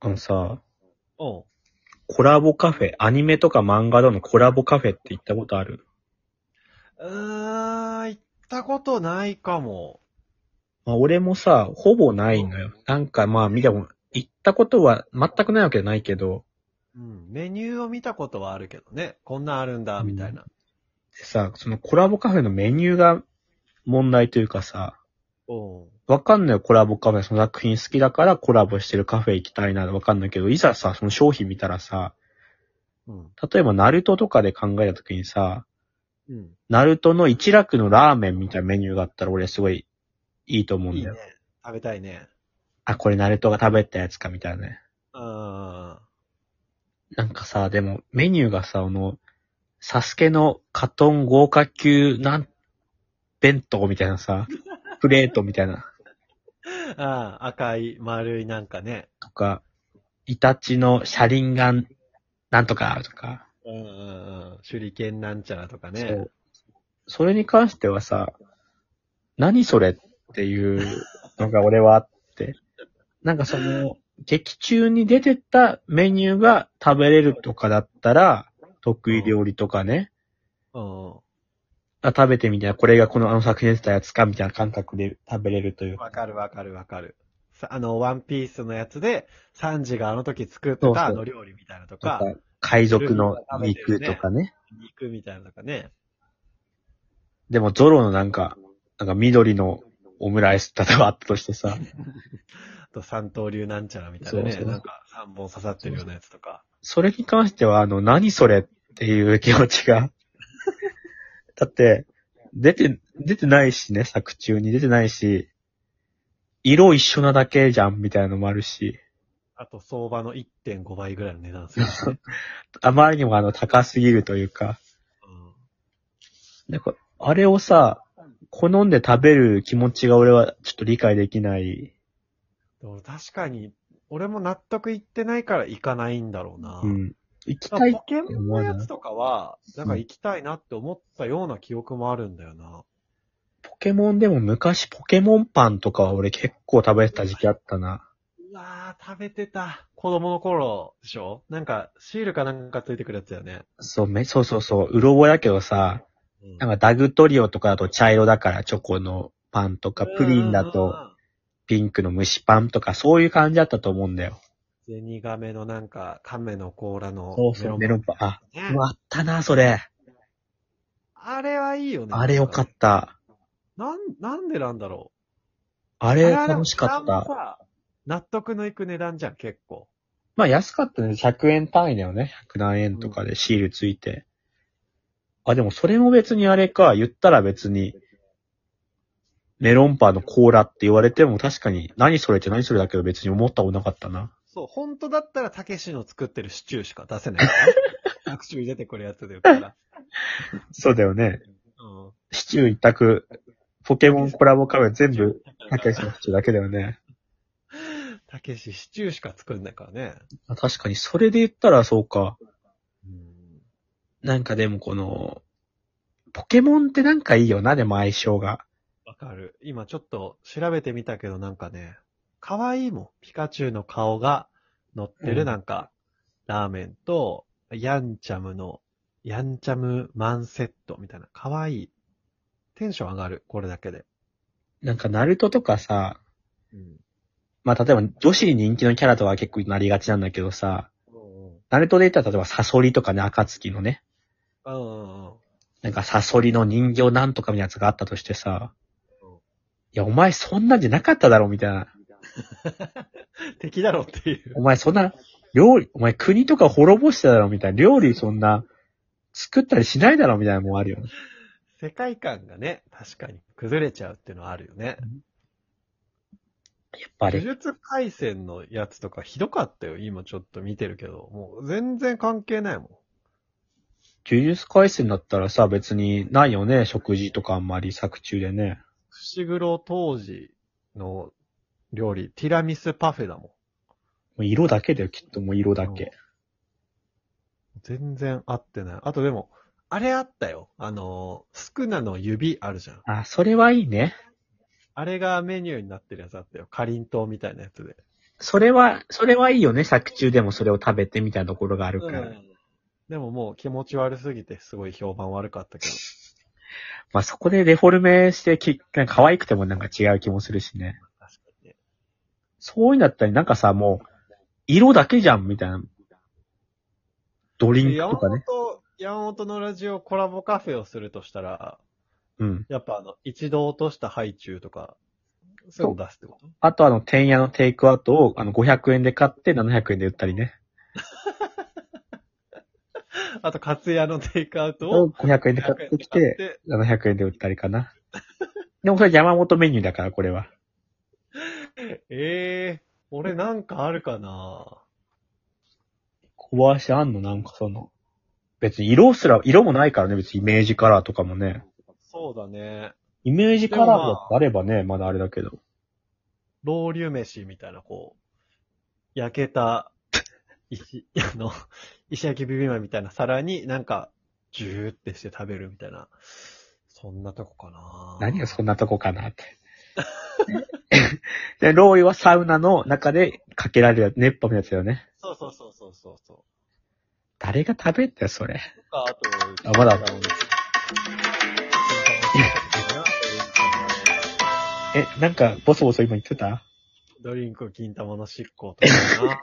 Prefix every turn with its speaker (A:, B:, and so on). A: あのさ、
B: うん。
A: コラボカフェ、アニメとか漫画とのコラボカフェって行ったことある
B: うーん、行ったことないかも。
A: まあ、俺もさ、ほぼないのよ。なんかまあ、見たも、行ったことは全くないわけじゃないけど、
B: うん、メニューを見たことはあるけどね。こんなんあるんだ、みたいな。
A: でさ、そのコラボカフェのメニューが問題というかさ、
B: うん。
A: わかんないよ、コラボカフェ、その作品好きだからコラボしてるカフェ行きたいな、わかんないけど、いざさ、その商品見たらさ、
B: うん。
A: 例えばナルトとかで考えた時にさ、
B: うん。
A: ナルトの一楽のラーメンみたいなメニューがあったら俺すごいいいと思うん
B: いい
A: だ
B: ね
A: よ。。
B: 食べたいね。
A: あ、これナルトが食べたやつかみたいなね。
B: うん。あ
A: なんかさ、でもメニューがさ、あの、サスケのカトン豪華級なん、弁当みたいなさ、プレートみたいな、
B: あ、赤い丸いなんかね。
A: とか、イタチの車輪がなんとかとか、
B: うんうんうん。手裏剣なんちゃらとか
A: そ
B: ね。
A: う。それに関してはさ、何それっていうのが俺はあって、なんかその、劇中に出てたメニューが食べれるとかだったら、得意料理とかね、
B: う。。
A: あ食べてみたいな、これがこのあの作品で出たやつか、みたいな感覚で食べれるというん
B: わかるわかるわかる。さあの、ワンピースのやつで、サンジがあの時作っ
A: そうそう
B: たあの料理みたいなと
A: と
B: か
A: か、、海賊の肉とかね。
B: 肉みたいなとかね。
A: でもゾロのなんか、なんか緑のオムライス例えばあったとしてさ、
B: あと三刀流なんちゃらみたいな
A: そう
B: ね。
A: そう
B: なんか三本刺さってるようなやつとか。
A: それに関しては、あの、何それっていう気持ちが。 だって、出て、出てないしね、作中に出てないし、色一緒なだけじゃん、みたいなのもあるし、
B: あと相場の1.5倍ぐらいの値段する、ね。
A: あまりにもあの、高すぎるというか、
B: うん
A: なんか、あれをさ、好んで食べる気持ちが俺はちょっと理解できない。
B: でも確かに、俺も納得いってないから行かないんだろうな。
A: うん。行き
B: まあ
A: たい
B: ポ。ケモンのやつとかは、なんか行きたいなって思ったような記憶もあるんだよな。
A: ポケモンでも昔ポケモンパンとかは俺結構食べてた時期あったな。
B: うわー、食べてた。子供の頃でしょなんか、シールかなんかついてくるやつだよね。
A: そう、め、そうそうそう、うろぼだけどさ、
B: うん
A: なんかダグトリオとかだと茶色だからチョコのパンとか、プリンだ
B: うんうんう
A: と
B: ん
A: ピンクの蒸しパンとか、そういう感じだったと思うんだよ。
B: ゼニガメのなんか、亀の甲羅の
A: そうそう、メロンパン。あ、
B: ね
A: うわあったな、それ。
B: あれはいいよね。
A: あれよかった。
B: なん、なんでなんだろ
A: あ
B: う。
A: れ
B: あはでも
A: 楽しかっ
B: 値段も
A: た。
B: さ納得のいく値段じゃん、結構。
A: まあ安かったね。100円単位だよね。100何円とかでシールついて。あ、でもそれも別にあれか、言ったら別に、メロンパンのコーラって言われても確かに、何それって何それだけど別に思ったことなかったな。
B: そう、本当だったら、たけしの作ってるシチューしか出せ ないからね。各種類出てくるやつで言ったら。
A: そうだよね。
B: うん。
A: シチュー一択、ポケモンコラボカフェ全部、たけしのシチューだけだよね。
B: たけし、シチューしか作んないからね。
A: あ確かに、それで言ったらそうか。
B: うん。
A: なんかでもこの、ポケモンってなんかいいよな、でも相性が。
B: わかる。今ちょっと調べてみたけど、なんかね、可愛いもん。ピカチュウの顔が乗って
A: う
B: る
A: ん
B: なんか、ラーメンと、ヤンチャムの、ヤンチャムマンセットみたいな、可愛い。テンション上がる、これだけで。
A: なんかナルトとかさ、
B: うん。
A: まあ、例えば女子に人気のキャラとは結構なりがちなんだけどさ、
B: うん
A: ナルトで言ったら例えばサソリとかね、暁のね、
B: うん。うん。
A: なんかサソリの人形なんとかみたいなやつがあったとしてさ
B: うん、
A: いや、お前そんなんじゃなかっただろ、みたいな。
B: 敵だろっていう
A: お。前そんな、料理、お前国とか滅ぼしてただろみたいな。料理そんな、作ったりしないだろみたいなのもあるよね。
B: 世界観がね、確かに崩れちゃうっていうのはあるよね。
A: やっぱ
B: 呪
A: り。
B: 術回戦のやつとかひどかったよ、今ちょっと見てるけど。もう全然関係ないもん。
A: 呪術回戦だったらさ、別にないよね。食事とかあんまり作中でね。
B: 伏黒当時の料理、ティラミスパフェだもん。
A: もう色だけだよ、きっともう色だけ。
B: 全然合ってない。あとでも、あれあったよ。あのー、スクナの指あるじゃん。
A: あ、それはいいね。
B: あれがメニューになってるやつあったよ。かりんとうみたいなやつで。
A: それは、それはいいよね。作中でもそれを食べてみたいなところがあるから。
B: でももう気持ち悪すぎてすごい評判悪かったけど。
A: まあそこでデフォルメしてき、なんか可愛くてもなんか違う気もするしね。
B: 確かにね。
A: そういうんだったらなんかさ、もう、色だけじゃん、みたいな。ドリンク
B: 山
A: とかね。
B: 本、山本のラジオコラボカフェをするとしたら、
A: うん。
B: やっぱあの、一度落としたハイチュウとか、そういうの出すってこと
A: あとあの、天屋のテイクアウトを、あの、500円で買って700円で売ったりね。
B: あと、カツヤのテイクアウト
A: を
B: を
A: 500円で買
B: 100
A: って
B: 円で
A: き、
B: 買ってて、
A: 700円で売ったりかな。 でもそれ山本メニューだから、これは。
B: ええ俺なんかあるかな
A: 小林あんのなんかその、別に色すら、色もないからね、別にイメージカラーとかもね。
B: そうだね。
A: イメージカラーがあればね、まだあれだけど。
B: ロウリュ飯みたいな、こう、焼けた、石、あの、石焼きビビンバみたいな皿になんか、ジューってして食べるみたいな。そんなとこかな
A: 何がそ
B: ん
A: んなとこかなって。 で、ローイはサウナの中でかけられる熱波のやつだよね。
B: そうそうそうそうそうそ
A: 誰が食べんだよ、それ。
B: う。とか、あと、
A: あまだ
B: そう
A: え、なんか、ボソボソ今言ってた
B: ドリンク金玉の執行とかな。